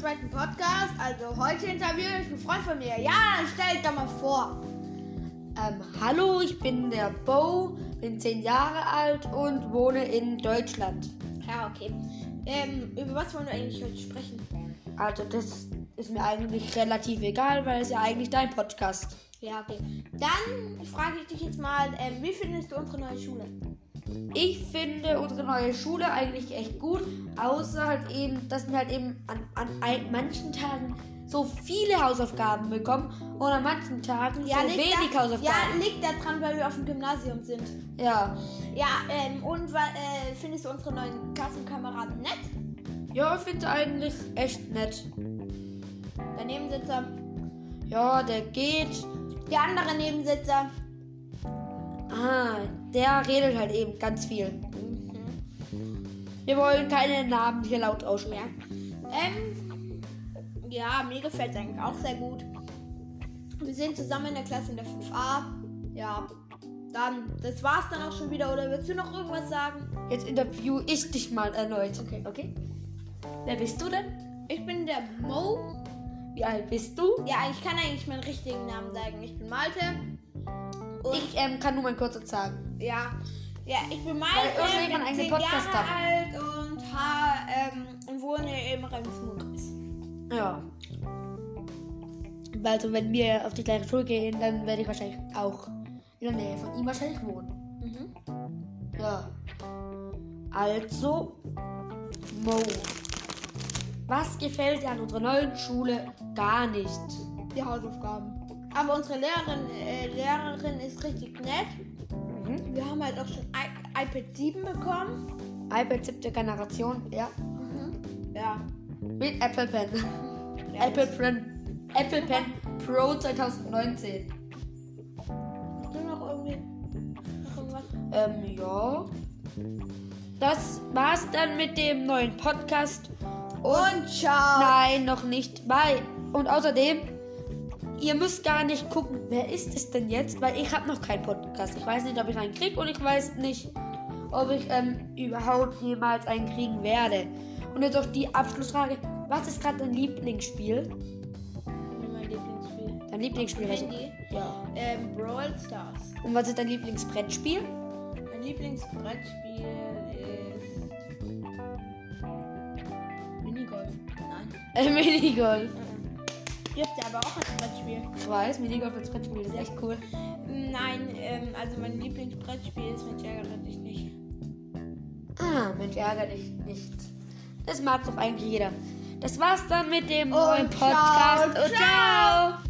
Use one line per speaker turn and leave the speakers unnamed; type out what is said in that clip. zweiten Podcast. Also heute interviewe ich einen Freund von mir. Ja, stell dich doch mal vor.
Ähm, hallo, ich bin der Bo, bin 10 Jahre alt und wohne in Deutschland.
Ja, okay. Ähm, über was wollen wir eigentlich heute sprechen?
Also das ist mir eigentlich relativ egal, weil es ja eigentlich dein Podcast.
Ja, okay. Dann frage ich dich jetzt mal, ähm, wie findest du unsere neue Schule?
Ich finde unsere neue Schule eigentlich echt gut, außer halt eben, dass wir halt eben an, an ein, manchen Tagen so viele Hausaufgaben bekommen und an manchen Tagen so
liegt
wenig
da, Ja,
Hausaufgaben.
liegt daran, weil wir auf dem Gymnasium sind.
Ja,
Ja, ähm, und wa- äh, findest du unsere neuen Klassenkameraden nett?
ja, ich finde eigentlich echt nett.
Der Nebensitzer,
Ja, der geht.
der andere Nebensitzer.
Ah, der redet halt eben ganz viel. Wir wollen keine Namen hier laut aussprechen.
Ähm, ja, mir gefällt es eigentlich auch sehr gut. Wir sind zusammen in der Klasse in der 5a. Ja, dann, das war's dann auch schon wieder. Oder willst du noch irgendwas sagen?
Jetzt interview ich dich mal erneut.
Okay.
Wer bist du denn?
Ich bin der Mo.
Wie alt bist du?
Ja, ich kann eigentlich meinen richtigen Namen sagen. Ich bin Malte. Und
Ich ähm, kann nur mal kurz was sagen.
ja, ja, ich bin
Weil
Malte,
irgendjemand einen
bin 10
Podcast
Jahre alt und, ha, ähm, und wohne im Remsmutkreis.
Ja. Also wenn wir auf die gleiche Schule gehen, dann werde ich wahrscheinlich auch in der Nähe von ihm wahrscheinlich wohnen.
Mhm.
Ja. Also, Mo. Was gefällt dir an unserer neuen Schule gar nicht?
Die Hausaufgaben. Aber unsere Lehrerin, äh, Lehrerin ist richtig nett.
Mhm.
Wir haben halt auch schon I iPad 7 bekommen.
iPad siebte Generation, ja.
Ja.
Mit Apple Pen. Apple Pen. Apple Pen Pro 2019.
Hast du noch irgendwie noch irgendwas?
Ähm, ja. Das war's dann mit dem neuen Podcast. Und
Und ciao.
nein, noch nicht. Bye. Und außerdem, ihr müsst gar nicht gucken, wer ist es denn jetzt? Weil ich habe noch keinen Podcast. Ich weiß nicht, ob ich einen krieg und ich weiß nicht, ob ich ähm, überhaupt jemals einen kriegen werde. Und jetzt auch die Abschlussfrage. Was ist gerade dein Lieblingsspiel?
Mein Lieblingsspiel.
Dein Lieblingsspiel? also-
Handy?
Ja.
Ähm, Brawl Stars.
Und was ist dein Lieblingsbrettspiel?
Mein Lieblingsbrettspiel ist. Minigolf. Nein.
Äh, Minigolf.
Gibt ja aber auch ein Brettspiel.
Ich weiß, Minigolf als Brettspiel ist echt cool.
Nein, ähm, also mein Lieblingsbrettspiel ist mit Jäger dich nicht.
Ah, Mensch, ärgere dich nicht. Das mag doch eigentlich jeder. Das war's dann mit dem
Und
neuen Podcast.
ciao,
Und ciao.